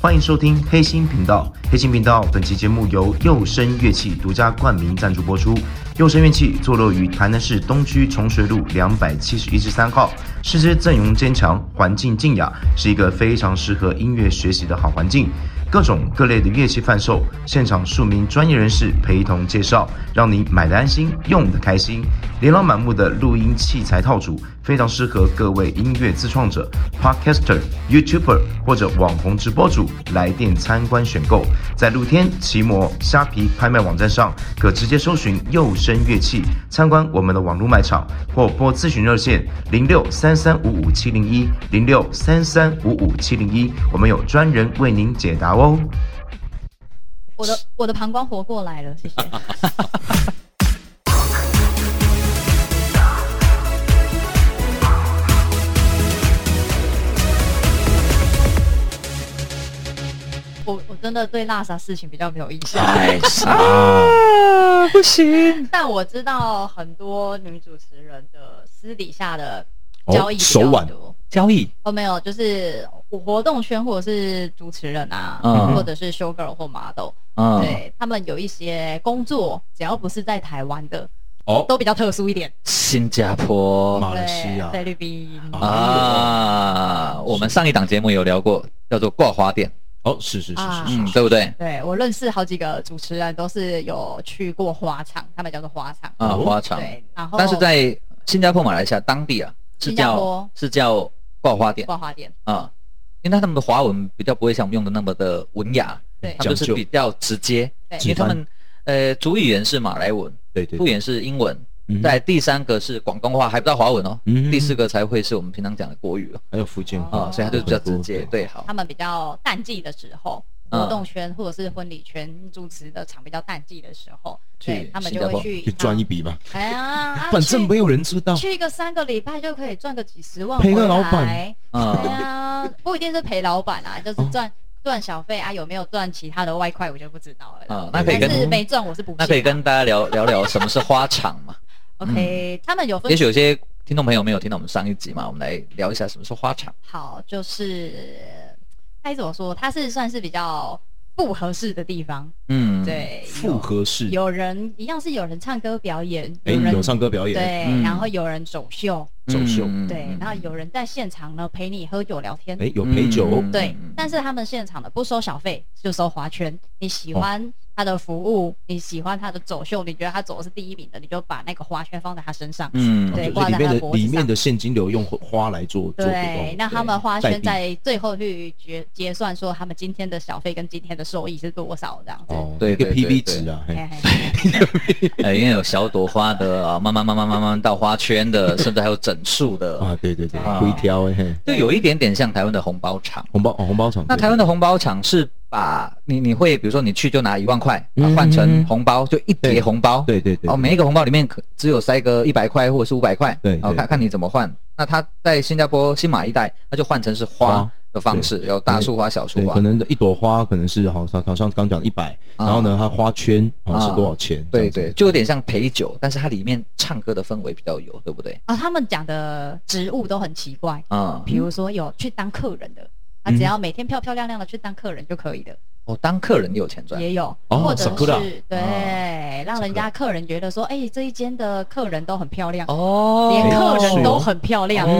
欢迎收听黑心频道。黑心频道本期节目由幼声乐器独家冠名赞助播出。幼声乐器坐落于台南市东区重水路两百七十一至三号，师资阵容坚强，环境静雅，是一个非常适合音乐学习的好环境。各种各类的乐器贩售，现场数名专业人士陪同介绍，让你买的安心，用的开心。琳琅满目的录音器材套组，非常适合各位音乐自创者、podcaster、YouTuber 或者网红直播主来电参观选购。在露天、奇摩、虾皮拍卖网站上，可直接搜寻幼声乐器，参观我们的网络卖场，或拨咨询热线零六三三五五七零一零六三三五五七零一，我们有专人为您解答哦。我的我的膀胱活过来了，谢 谢。我我真的对辣啥事情比较没有印象， 太傻，啊不行。但我知道很多女主持人的私底下的哦交易比手较腕多。交易哦，没有，就是活动圈或者是主持人啊，嗯或者是 show girl 或 model，、啊，对他们有一些工作，只要不是在台湾的，哦，都比较特殊一点。新加坡马来西亚对菲律宾，啊啊，我们上一档节目有聊过，叫做挂花店，哦，是是是啊是嗯是，，对不对？对我认识好几个主持人都是有去过花场，他们叫做花场。啊，哦花场，对，然后但是在新加坡、马来西亚当地啊，是新加叫坡是叫挂花店挂花店，啊，因为他们的华文比较不会像我们用的那么的文雅，对他们就是讲究比较直接，对因为他们呃主语言是马来文，对对副对，言是英文嗯，哼在第三个是广东话，还不到华文哦，嗯哼第四个才会是我们平常讲的国语哦还有福建话，啊，所以它就比较直接，哦对，好他，们比较淡季的时候，嗯活动圈或者是婚礼圈主持的场比较淡季的时候，去对他们就新会加坡去去赚一笔吧，哎呀，啊反正去没有人知道。去一个三个礼拜就可以赚个几十万，陪个老板板，对嗯，啊，不一定是陪老板啊，就是赚赚小费啊，有没有赚其他的外快我就不知道了。啊那可以但是跟没赚我是不信啊。那可以跟大家聊聊聊什么是花场嘛？ OK，他们有分也许有些听众朋友没有听到我们上一集嘛，我们来聊一下什么是花场。好，就是该怎么说，它是算是比较不合适的地方，嗯，，对，复合式，有人一样是有人唱歌表演，哎，有人有唱歌表演，对，嗯然后有人走秀，走秀对，然后有人在现场呢陪你喝酒聊天，哎，有陪酒，嗯对，但是他们现场的不收小费，就收划圈。你喜欢他的服务，你喜欢他的走秀，你觉得他走的是第一名的，你就把那个划圈放在他身上。嗯对就是里挂在他面的的脖子里上面的现金流用花来做做股对东，那他们划代圈币在最后去结结算，说他们今天的小费跟今天的收益是多少这样子。哦，对一个对 PV 对值啊，嘿嘿嘿嘿呃，因为有小朵花的啊，慢慢慢慢慢慢到花圈 的，甚至还有整数的，啊，对对对，啊回调哎，嘿就有一点点像台湾的红包场。红包哦，红包厂，那对台湾的红包场是把你你会比如说你去就拿一万块啊嗯换成红包，就一叠对红包，对对对哦，对每一个红包里面可只有塞个一百块或者是五百块，对哦对看看你怎么换。那他在新加坡新马一带，他就换成是花花的方式，有大树花、小树对，花可，能一朵花可能是好像好像刚讲一百，啊然后呢，它花圈啊啊是多少钱？这对样子对，就有点像陪酒，但是它里面唱歌的氛围比较有，对不对？啊，他们讲的职务都很奇怪，啊、比如说有去当客人的，他只要每天漂漂亮亮的去当客人就可以的。哦，当客人也有钱赚，也有，哦或者是 Sakura 对，让人家客人觉得说，哎，这一间的客人都很漂亮，哦连客是人哦都很漂亮。哦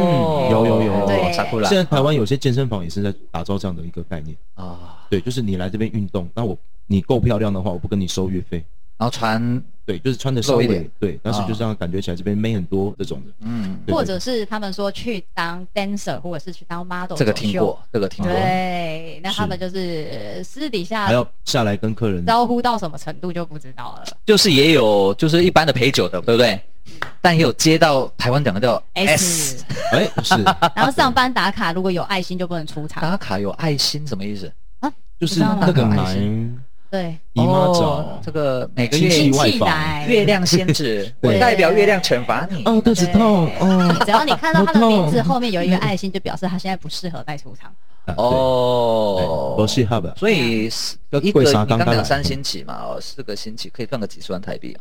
嗯有有有对萨库拉现在台湾有些健身房也是在打造这样的一个概念，啊，对，就是你来这边运动，那我你够漂亮的话，我不跟你收月费，然后穿，对，就是穿的稍露一微点啊对，但是就是让感觉起来这边妹很多这种的，嗯，对或者是他们说去当 dancer，或者是去当 model，这个走听秀。过，这个听过，对，那是他们就是呃私底下还要下来跟客人招呼到什么程度就不知道了。就是也有就是一般的陪酒的，对不对？但也有接到台湾讲的叫 S，, S，哎 是，然后上班打卡，如果有爱心就不能出场。打卡有爱心什么意思？就是知道吗哦那个很男开姨对，妈哦找这个每个亲戚月外气访来，月亮仙子，我 对代表月亮惩罚你。哦，肚子痛哦，只要你看到他的头痛名字后面有一个爱心，就表示他现在不适合再出场。啊对哦，对不适合吧所以是一个贵你啥刚刚刚讲来三星期嘛，哦，四个星期可以赚个几十万台币哦，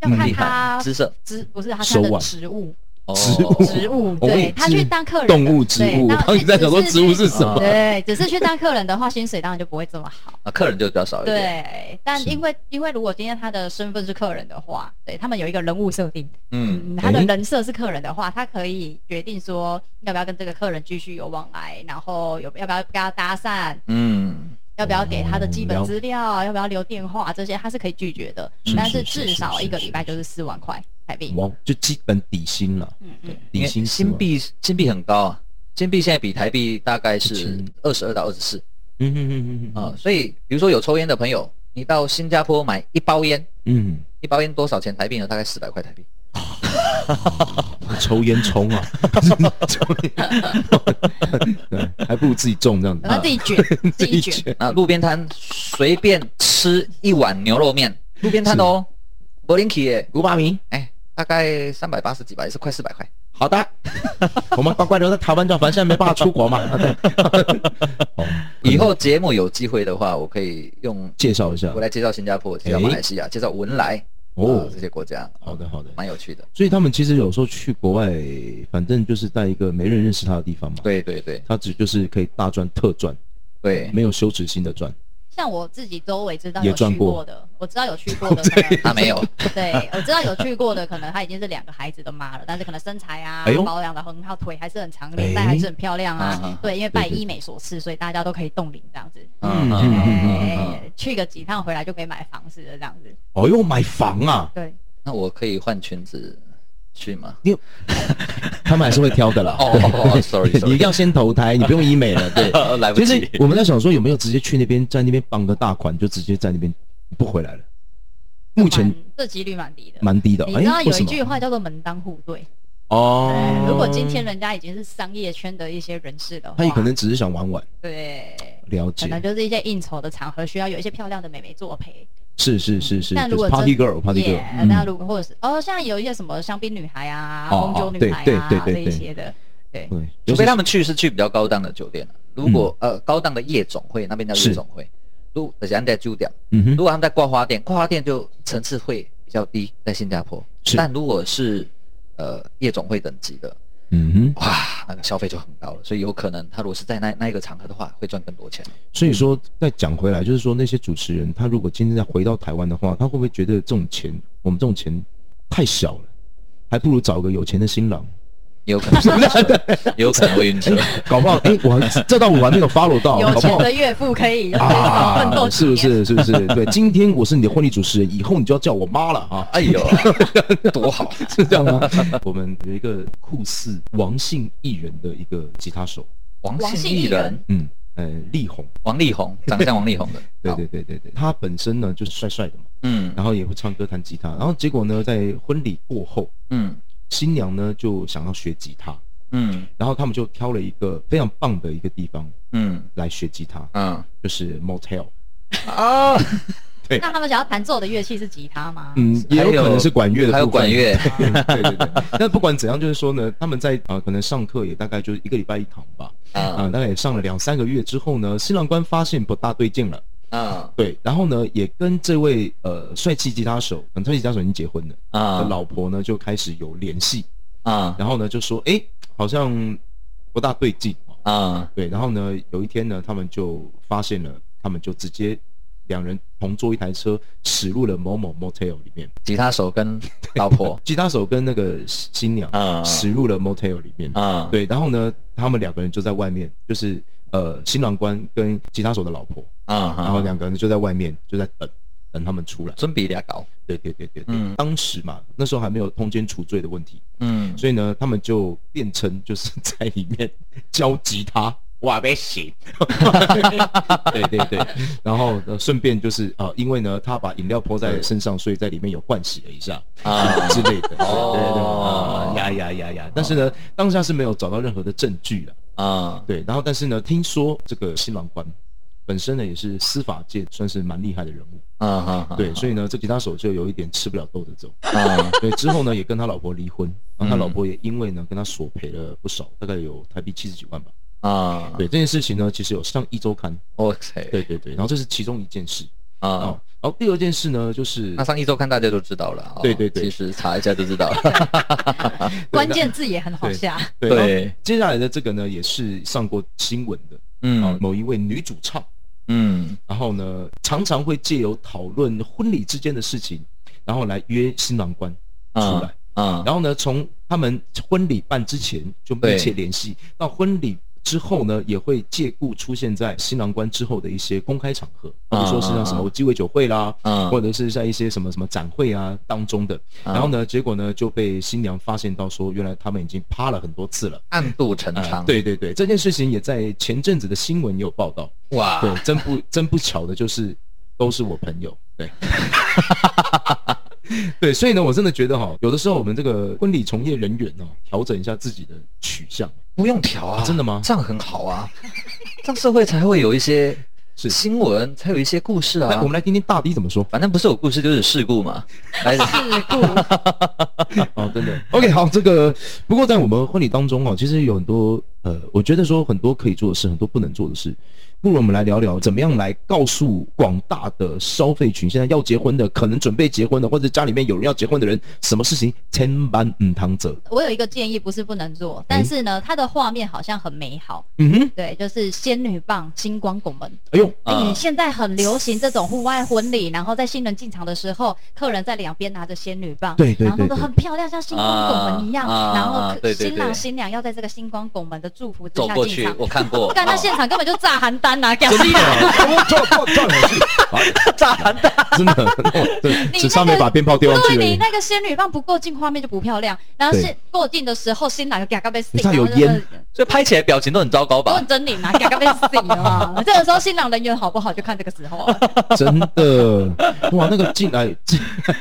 要很看厉害他，姿色哦职不是他手看的腕 职务，植物植物，我也对是他去当客人的，动物、植对物，那然 后你在想说植物是什么？对，只是去当客人的话，薪水当然就不会这么 好。啊，客人就比较少一点。对，但是因为因为如果今天他的身份是客人的话，对他们有一个人物设定，嗯，嗯，他的诶人设是客人的话，他可以决定说要不要跟这个客人继续有往来，然后有要不要跟他搭讪，嗯，要不要给他的基本哦了资料，要不要留电话，这些他是可以拒绝的，是但是是是至是少是一个是礼拜就是四万块台币。哇，就基本底薪了，嗯嗯，底薪是吗新，币新币很高啊，新币现在比台币大概是1000二十二到二十四嗯嗯嗯嗯啊，所以比如说有抽烟的朋友，你到新加坡买一包烟，嗯一包烟多少钱台币呢？大概四百块台币。嗯，抽烟冲啊， 抽烟， 对，还不如自己种这样子啊然，呃后自己卷，自己卷，那路边摊随便吃一碗牛肉面，路边摊的哦，柏林奇耶，五百米，哎，大概三百八十几吧，也是快四百块。好 的，我们乖乖留在台湾就好，反正现在没办法出国嘛。 啊对，哦，以后节目有机会的话，我可以用介绍一下我。来介绍新加坡，介绍马来西亚，介绍文莱哦哦这些国家，好的，好的。蛮有趣的。所以他们其实有时候去国外，反正就是在一个没人认识他的地方嘛。，对对对他只就是可以大赚特赚，对， 没有羞耻心的赚。像我自己周围知道也有赚去过过的，我知道有去过的，可 能他没有。对，我知道有去过的，可能她已经是两个孩子的妈了，但是可能身材啊哎呦保养的很好，腿还是很长，哎脸蛋还是很漂亮啊啊啊啊。对，因为拜对对医美所赐，所以大家都可以冻龄这样子。嗯嗯嗯嗯嗯嗯哎，去个几趟回来就可以买房子的这样子。哦哟，买房 啊，对，那我可以换裙子去吗？他们还是会挑的啦。哦对哦哦，sorry， 你 sorry 一定要先投胎，你不用医美啊了。 对， 来不其及实。我们在想说，有没有直接去那边，在那边傍个大款，就直接在那边不回来了？目前蛮这几率蛮低的。蛮低的。你哎知道，为有什一么？句话叫做“门当户对”哦哎，如果今天人家已经是商业圈的一些人士的话，他也可能只是想玩玩，对，了可解。能就是一些应酬的场合需要有一些漂亮的美眉作陪。是是是是，那就如果是 party 真 girl，party girl， Yeah，嗯那如果或者是哦，现在有一些什么香槟女孩啊、哦红酒女孩对对啊对对嗯这一对些的，对，对，除尤非其嗯他们去是去比较高档的酒店，如果、呃高档的夜总会那边叫夜是总会，如而且他们在酒店，嗯如哼，果他们在挂花店，挂花店就层次会比较低，在新加坡是。但如果是呃夜总会等级的，嗯哼，哇，那个消费就很高了，所以有可能他如果是在那那一个场合的话，会赚更多钱。所以说再讲回来，就是说那些主持人，他如果今天再回到台湾的话，他会不会觉得这种钱，我们这种钱太小了，还不如找个有钱的新郎，也有可能是 晕车，也有可能会晕车。搞不好哎，我还这道我还没有 follow 到，有搞不钱好的岳父可以就是少 奋斗哦啊，几是不年，是？是不是？ 对，今天我是你的婚礼主持人，以后你就要叫我妈了啊。哎 呦，多好！是 这样吗？我们有一个酷似王姓艺人的一个吉他手，王王姓姓艺艺人人嗯，呃，力宏，，王力宏，长得像王力宏的对好对，对对对，他本身呢就是帅帅的嘛，嗯然后也会唱歌弹吉他，然后结果呢，在婚礼过后，嗯新娘呢就想要学吉他，嗯然后他们就挑了一个非常棒的一个地方嗯来学吉他，嗯就是 motel， 啊，那他们想要弹奏的乐器是吉他吗？嗯，也有可能是管乐的，还有管。乐， 对对对，但不管怎样，就是说呢，他们在啊、呃可能上课也大概就是一个礼拜一堂吧，啊、啊大概也上了两三个月之后呢，新郎官发现不大对劲了，啊对，然后呢，也跟这位呃帅气吉他手，嗯，帅气吉他手已经结婚了，的啊老婆呢就开始有联系，啊然后呢就说，哎，好像不大对劲，哦啊！对，然后呢，有一天呢，他们就发现了，他们就直接两人同坐一台车驶入了某某 motel 里面，吉他手跟老婆吉他手跟那个新娘啊驶入了 motel 里面，啊，对，然后呢，他们两个人就在外面，就是呃新郎官跟吉他手的老婆，啊，然后两个人就在外面就在等。等他们出来，准比俩高，对对对对对，嗯当时嘛，那时候还没有通奸除罪的问题，嗯，所以呢，他们就变成就是在里面教吉他，哇被行，对对对， 然后呃顺便就是啊、呃因为呢他把饮料泼在身上，所以在里面有灌洗了一下啊之类的，对对对，哦啊呀呀呀呀，但是呢，当下是没有找到任何的证据了，啊对，然后但是呢，听说这个新郎官本身呢也是司法界算是蛮厉害的人物。啊啊，对，所以呢，这吉他手就有一点吃不了兜着走。以啊对，之后呢，也跟他老婆离婚，然后他嗯老婆也因为呢，跟他索赔了不少，大概有台币七十几万吧。啊，对这件事情呢，其实有上一周刊。 ，OK，对对对，然后这是其中一件事啊啊，然然后第二件事呢，就是那上一周看大家都知道了，哦对对对其实查一下就知道 了。关键字也很好下，对然后对接下来的这个呢，也是上过新闻的，啊嗯，某一位女主唱，嗯，然后呢，常常会借由讨论婚礼之间的事情，然后来约新郎官出嗯来。啊，然后呢，从他们婚礼办之前就密切对联系，到婚礼之后呢，也会借故出现在新郎官之后的一些公开场合，比如说是像什啊啊么啊鸡尾酒会啦，嗯或者是在一些什么什么展会啊当中的。然后呢，结果呢就被新娘发现到说，原来他们已经趴了很多次了。暗度陈啊仓，，对对对，这件事情也在前阵子的新闻也有报道。哇，对，真不真不巧的就是都是我朋友，对。 对，所以呢，我真的觉得哈，有的时候我们这个婚礼从业人员哦，调整一下自己的取向，不用调啊，真的吗这样很好啊，这样社会才会有一些是新闻，才有一些故事来，啊。我。们来听听大 D 怎么说反正不是有故事就是事故 嘛，来，啊事故 哦，真的。OK，好，这个不过在我们婚礼当中哦，其实有很多呃，我觉得说很多可以做的事，很多不能做的事。不如我们来聊聊，怎么样来告诉广大的消费群，现在要结婚的，可能准备结婚的，或者家里面有人要结婚的人，什么事情千万唔堂者。我有一个建议，不是不能做，但是呢，它的画面好像很美好，嗯哼，对，就是仙女棒、星光拱门。哎呦，啊嗯，现在很流行这种户外婚礼，然后在新人进场的时候，客人在两边拿着仙女棒，对对然后弄得对对很漂亮，像星光拱门一样，啊啊然后啊客对对对新郎新娘要在这个星光拱门的祝福之走下过进去场，。我看过，不然他哦现场根本就炸邯郸啊 呐，干嘛？ 我撞撞撞上去，炸弹弹，真的，我对 你只差没把鞭炮丢上去对而你已。那个仙女棒不够近，画面就不漂亮。然后对是过境的时候，新郎嘎嘎被你吸，知道然后有就是烟所以拍起来表情都很糟糕我吧很？狰狞啊，嘎嘎被 吸了啊。这个时候新郎人缘好不好，就看这个时候啊。真的，哇，那个进来进来，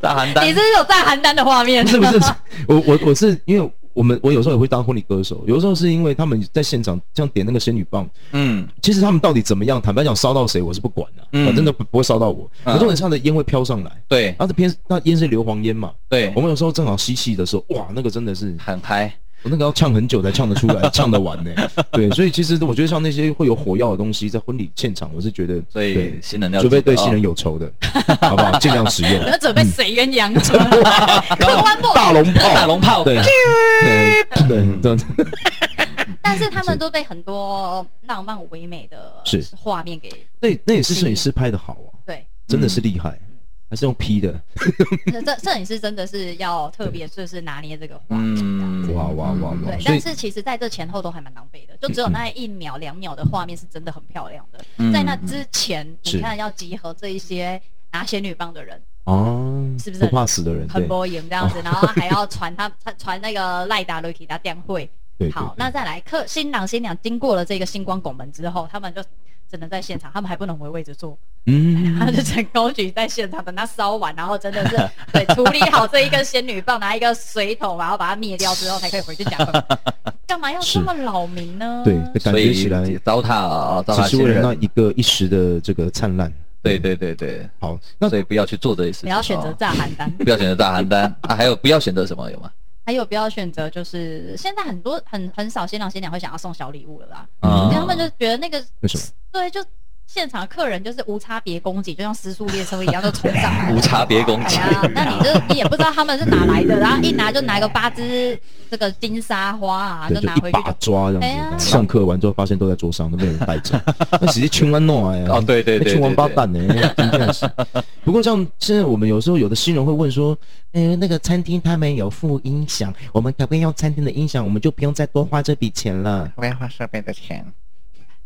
炸邯你是郸不是有炸邯郸的画面？哎不是不是，我我我是因为我们我有时候也会当婚礼歌手，有时候是因为他们在现场这样点那个仙女棒，嗯其实他们到底怎么样，坦白讲烧到谁我是不管啊的、嗯反正都不不会烧到我。嗯可重点是他的烟会飘上来，啊对然后这偏那烟是硫磺烟嘛，对我，们有时候正好吸气的时候，哇，那个真的是很嗨，我那个要唱很久才唱得出来， 唱得完呢、对，所以其实我觉得像那些会有火药的东西，在婚礼现场，我是觉得，所以对，新人要除非记得对哦新人有仇的， 好不好？尽量使用 你要准备水淹洋 河， 客官不大龙炮，大龙炮 对，对嗯对 对，但是他们都被很多浪漫唯美的嗯是画面给那那也是摄影师拍的好啊，对。真的是厉嗯害，还是用 P 的，这这摄影师真的是要特别就是拿捏这个画面。嗯，哇哇哇哇对，所以但嗯是其实在这前后都还蛮狼狈的，就只有那一秒两秒的画面是真的很漂亮的。嗯在那之前，是你看要集合这一些拿仙女棒的人，啊，是不是不怕死的人，很对哦波影这样子，然后还要传他 传传那个赖达瑞给他电会。对，好，对那再来客新郎新娘经过了这个星光拱门之后，他们就只能在现场，他们还不能回位置坐，他嗯们，就成功举在现场等它烧完，然后真 的是对处理好这一个仙女棒，拿一个水桶，然后把它灭掉之后才可以回去讲婚。干嘛要这么扰民呢？对，感所觉以起来糟蹋啊，糟只蹋是新为了那人一，个一时的这个灿烂，对对对对，好，那所以不要去做这些事情，不要选择哦炸邯郸，不要选择炸邯郸啊，还有不要选择什么有吗？还有不要选择就是现在很多很很少新郎新娘会想要送小礼物了啦，啊。因为他们就觉得那个哦为什么？对就。现场客人就是无差别攻击，就像失速列车一样，就冲上来无差别攻哎击，呀，那你就你也不知道他们是哪来的，然后一拿就拿个八只这个金沙花啊，对，就拿一回去把就抓这哎呀样子。上课完之后发现都在桌上，都没有人带走，那直接穷完弄哎呀！哦对对对对穷王八蛋呢，真的是。不过像现在我们有时候有的新人会问说，嗯，那个餐厅他们有附音响，我们可不可以用餐厅的音响？我们就不用再多花这笔钱了。不要花设备的钱。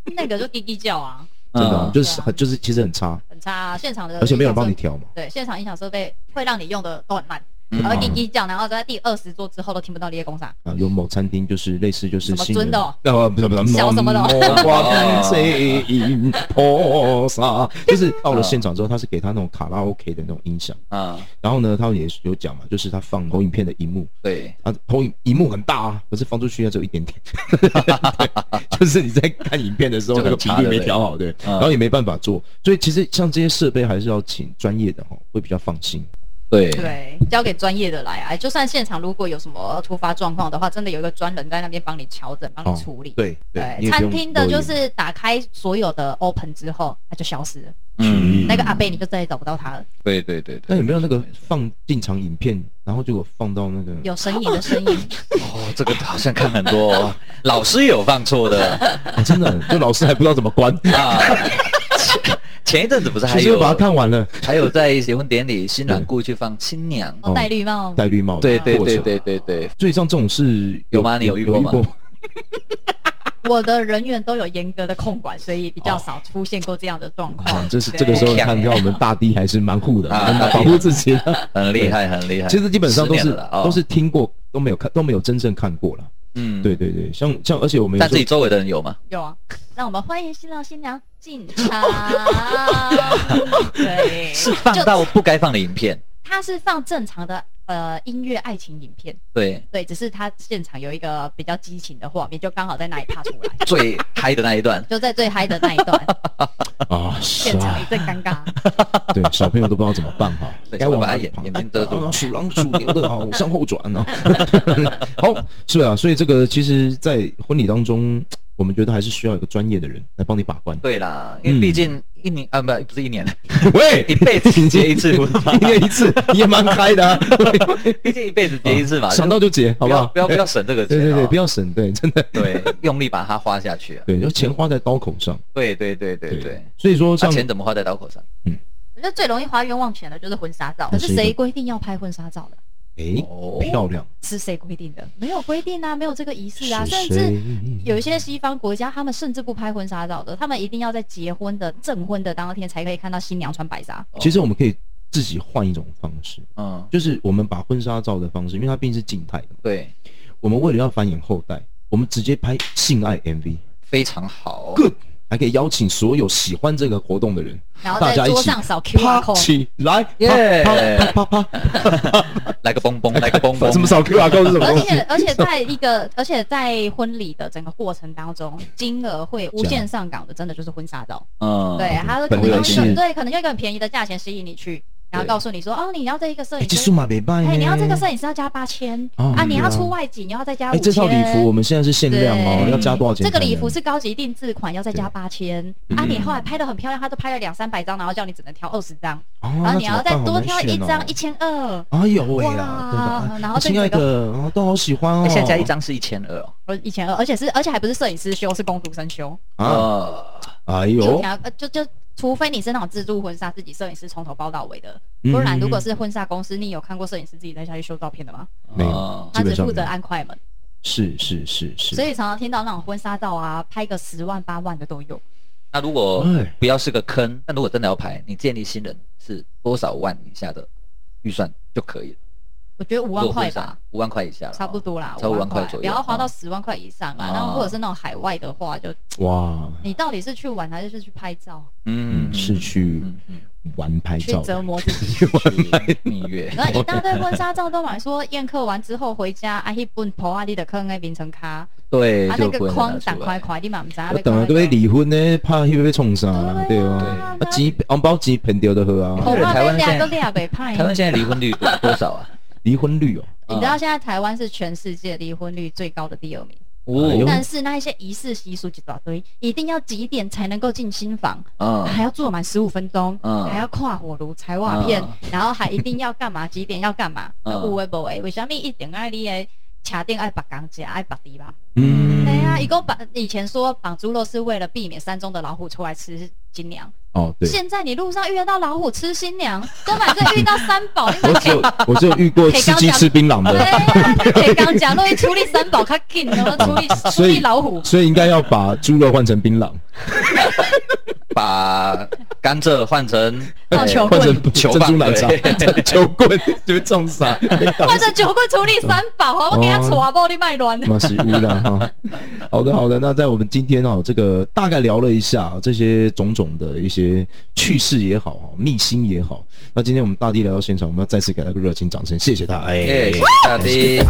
那个就滴滴叫啊，真的啊，嗯就是对啊就是其实很差，很差、啊。现场的而且没有人帮你音响设调嘛。对，现场音响设备会让你用的都很烂，嗯然后滴滴叫，然后在第二十桌之后都听不到猎工厂。啊，有某餐厅就是类似就是什么新人尊的哦呃不是不是小什么的哦莫挂金银菩萨，就是到了现场之后，他是给他那种卡拉 OK 的那种音响，啊，然后呢，他也有讲嘛，就是他放投影片的荧幕对，啊，投影荧幕很大啊，可是放出去它只有一点 点，对就是你在看影片的时候就很那个比差例对没不对调好，对，嗯然后也没办法做，所以其实像这些设备还是要请专业的哈，会比较放心。对，对，交给专业的来啊，就算现场如果有什么突发状况的话，真的有一个专人在那边帮你调整、帮哦你处理。对对，你也不餐用厅的多就言是打开所有的 open 之后，它就消失了。嗯，那个啊阿贝你就再也找不到他了，对对对对，那有没有那个放进场影片，然后结果放到那个？有神隐的声音，哦，这个好像看很多、 哦，老师也有放错的啊真的，就老师还不知道怎么 关，啊。前前一阵子不是还其实有把它看完了，还有在结婚典礼新郎故去放新娘，哦戴绿帽，戴绿帽。对对过程对对对对，所以像这种事有吗你有遇过吗我的人员都有严格的控管，所以比较哦少出现过这样的状啊况。，这是对这个时候对看到我们大帝还是蛮酷的，欸 啊很大帝保护自己 的。很厉害很厉害。其实基本上都十是年了哦都是听过，都没有看，都没有真正看过了。嗯对。对对，像像而且我们有但时自候己周围的人有吗？有啊，让我们欢迎新郎新娘进场。对，是放到不该放的影片，他是放正常的呃音乐爱情影片，对，对，只是他现场有一个比较激情的画面，就刚好在那里爬出 来，最嗨的那一段。就在最嗨的那一段，啊，是现场一啊，阵尴尬。对小朋友都不知道怎么办哈， 对该往把哪它里眼跑眼睛遮住啊属狼属牛的 啊，我向后转啊。 好，是啊，所以这个其实，在婚礼当中，我们觉得还是需要一个专业的 人来帮你把关。对啦，因为毕竟一年、嗯啊，不不是一年，喂一辈子结一次，不是吗 一年 一次，你也蛮开的啊，毕竟一辈子结一次嘛，哦 想到就结，不好不要好？不要不要省这个对钱对对，哦，不要省，对，真的，对， 用力把它花下去啊。对，就钱花在刀口上，对对对对对，所以说那像钱怎么花在刀口上？我觉得最容易花冤枉钱的就是婚纱照，那可是是谁规定要拍婚纱照的？哎哦，漂亮，是谁规定的？没有规定啊，没有这个仪式啊，是甚谁至有一些西方国家，他们甚至不拍婚纱照的，他们一定要在结婚的证婚的当天才可以看到新娘穿白纱。哦其实我们可以自己换一种方式，嗯，就是我们把婚纱照的方式，因为它毕竟是静态的嘛，对，我们为了要繁衍后代，我们直接拍性爱 MV，非常好。 Good 还可以邀请所有喜欢这个活动的人，然后大在家一桌起上扫啪 QR code，起来，耶啪啪啪啪啪来个嘣嘣，来个嘣啪，嘣，怎么扫 QR code 是什么而东西且？而且在一个 而且在婚礼的整个过程当中，金额会无限上岗的，真的就是婚纱照。嗯，对，啊他可哦本能用来一个是对，可能用一个很便宜的价钱吸引你去，然后告诉你说，哦，你要这一个摄哎，影技师术，嘛没办哎，你要这个摄影师要加八千哦啊，你对啊要出外景，你要再加五哎，千。这套礼服我们现在是限量哦，对要加多少钱这才个能？嗯礼服是高级定制款，要再加八千啊！你后来拍的很漂亮，他都拍了两三百张，然后叫你只能挑二十张，哦，然那后你怎么要再办好多难挑一选哦张一千二，哎呦喂哇啦，对吧？然啊后这亲爱整的，啊都好喜哎欢哦。现在加一张是一千二哦。呃，一千二，而且是而且还不是摄影师修，是工读生修，啊，哎就呦，条呃就就。除非你是那种自助婚纱，自己摄影师从头包到尾的，嗯不然如果是婚纱公司，你有看过摄影师自己在下去修照片的吗？没有哦他基本只上负责没有按快门，是是是是，所以常常听到那种婚纱照啊，拍个十万八万的都有。那如果哎不要是个坑，那如果真的要拍，你建立新人是多少万以下的预算就可以了？我觉得五五万块吧，，五万块以下了，哦差不多啦，差不万多五万块左右不要花到啊十万块以上啊啊。然后或者是那种海外的话，就哇，你到底是去玩还是去拍照，嗯嗯，是去嗯嗯玩拍去照的，折磨自己。去蜜月，然后一大堆婚纱照都买说宴客完之后回家，啊，去奔婆阿弟的坑那变成咖，对 啊，就那不会个拿框出打来开啊开，你嘛不知道啊我啊等下都要离婚呢，怕会不会冲上啊？对对哦，啊啊钱红包钱骗掉就好对啊。我怕台被湾现俩在都俩被拍台。湾现在离婚率多多少 啊？离婚率哦，你知道现在台湾是全世界离婚率最高的第二名，哎呦哦，但是那一些仪式习俗一大堆，一定要几点才能够进新房，嗯，还要坐满十五分钟，嗯还要跨火炉、柴瓦片，嗯然后还一定要干嘛？几点要干嘛？嗯有诶无诶？为什么一定爱你诶？卡定爱绑钢结，爱绑地吧？嗯，对呀、啊，一共绑以前说绑猪肉是为了避免山中的老虎出来吃新娘，哦对，现在你路上遇得到老虎吃新娘， 根本是遇到三宝。你我只 有我只有遇过吃鸡吃槟榔对的，呀，你可以刚讲，如果处理三宝，他紧，然后处理处 所以理老虎，所以应该要把猪肉换成槟榔，哦把甘蔗换 成呃棒球哎换棍成珍球珠棒奶茶对、 球棍，就会冲上。或者酒柜处理三宝，好我给他哦戳爆你卖卵。那是污了哈。好的，好的。那在我们今天哦，这个大概聊了一下啊这些种种的一些趣事也好，哈，秘辛也好。 那今天我们大地来到现场，我们要再次给他个热情掌声，谢谢他。哎，耶，大地。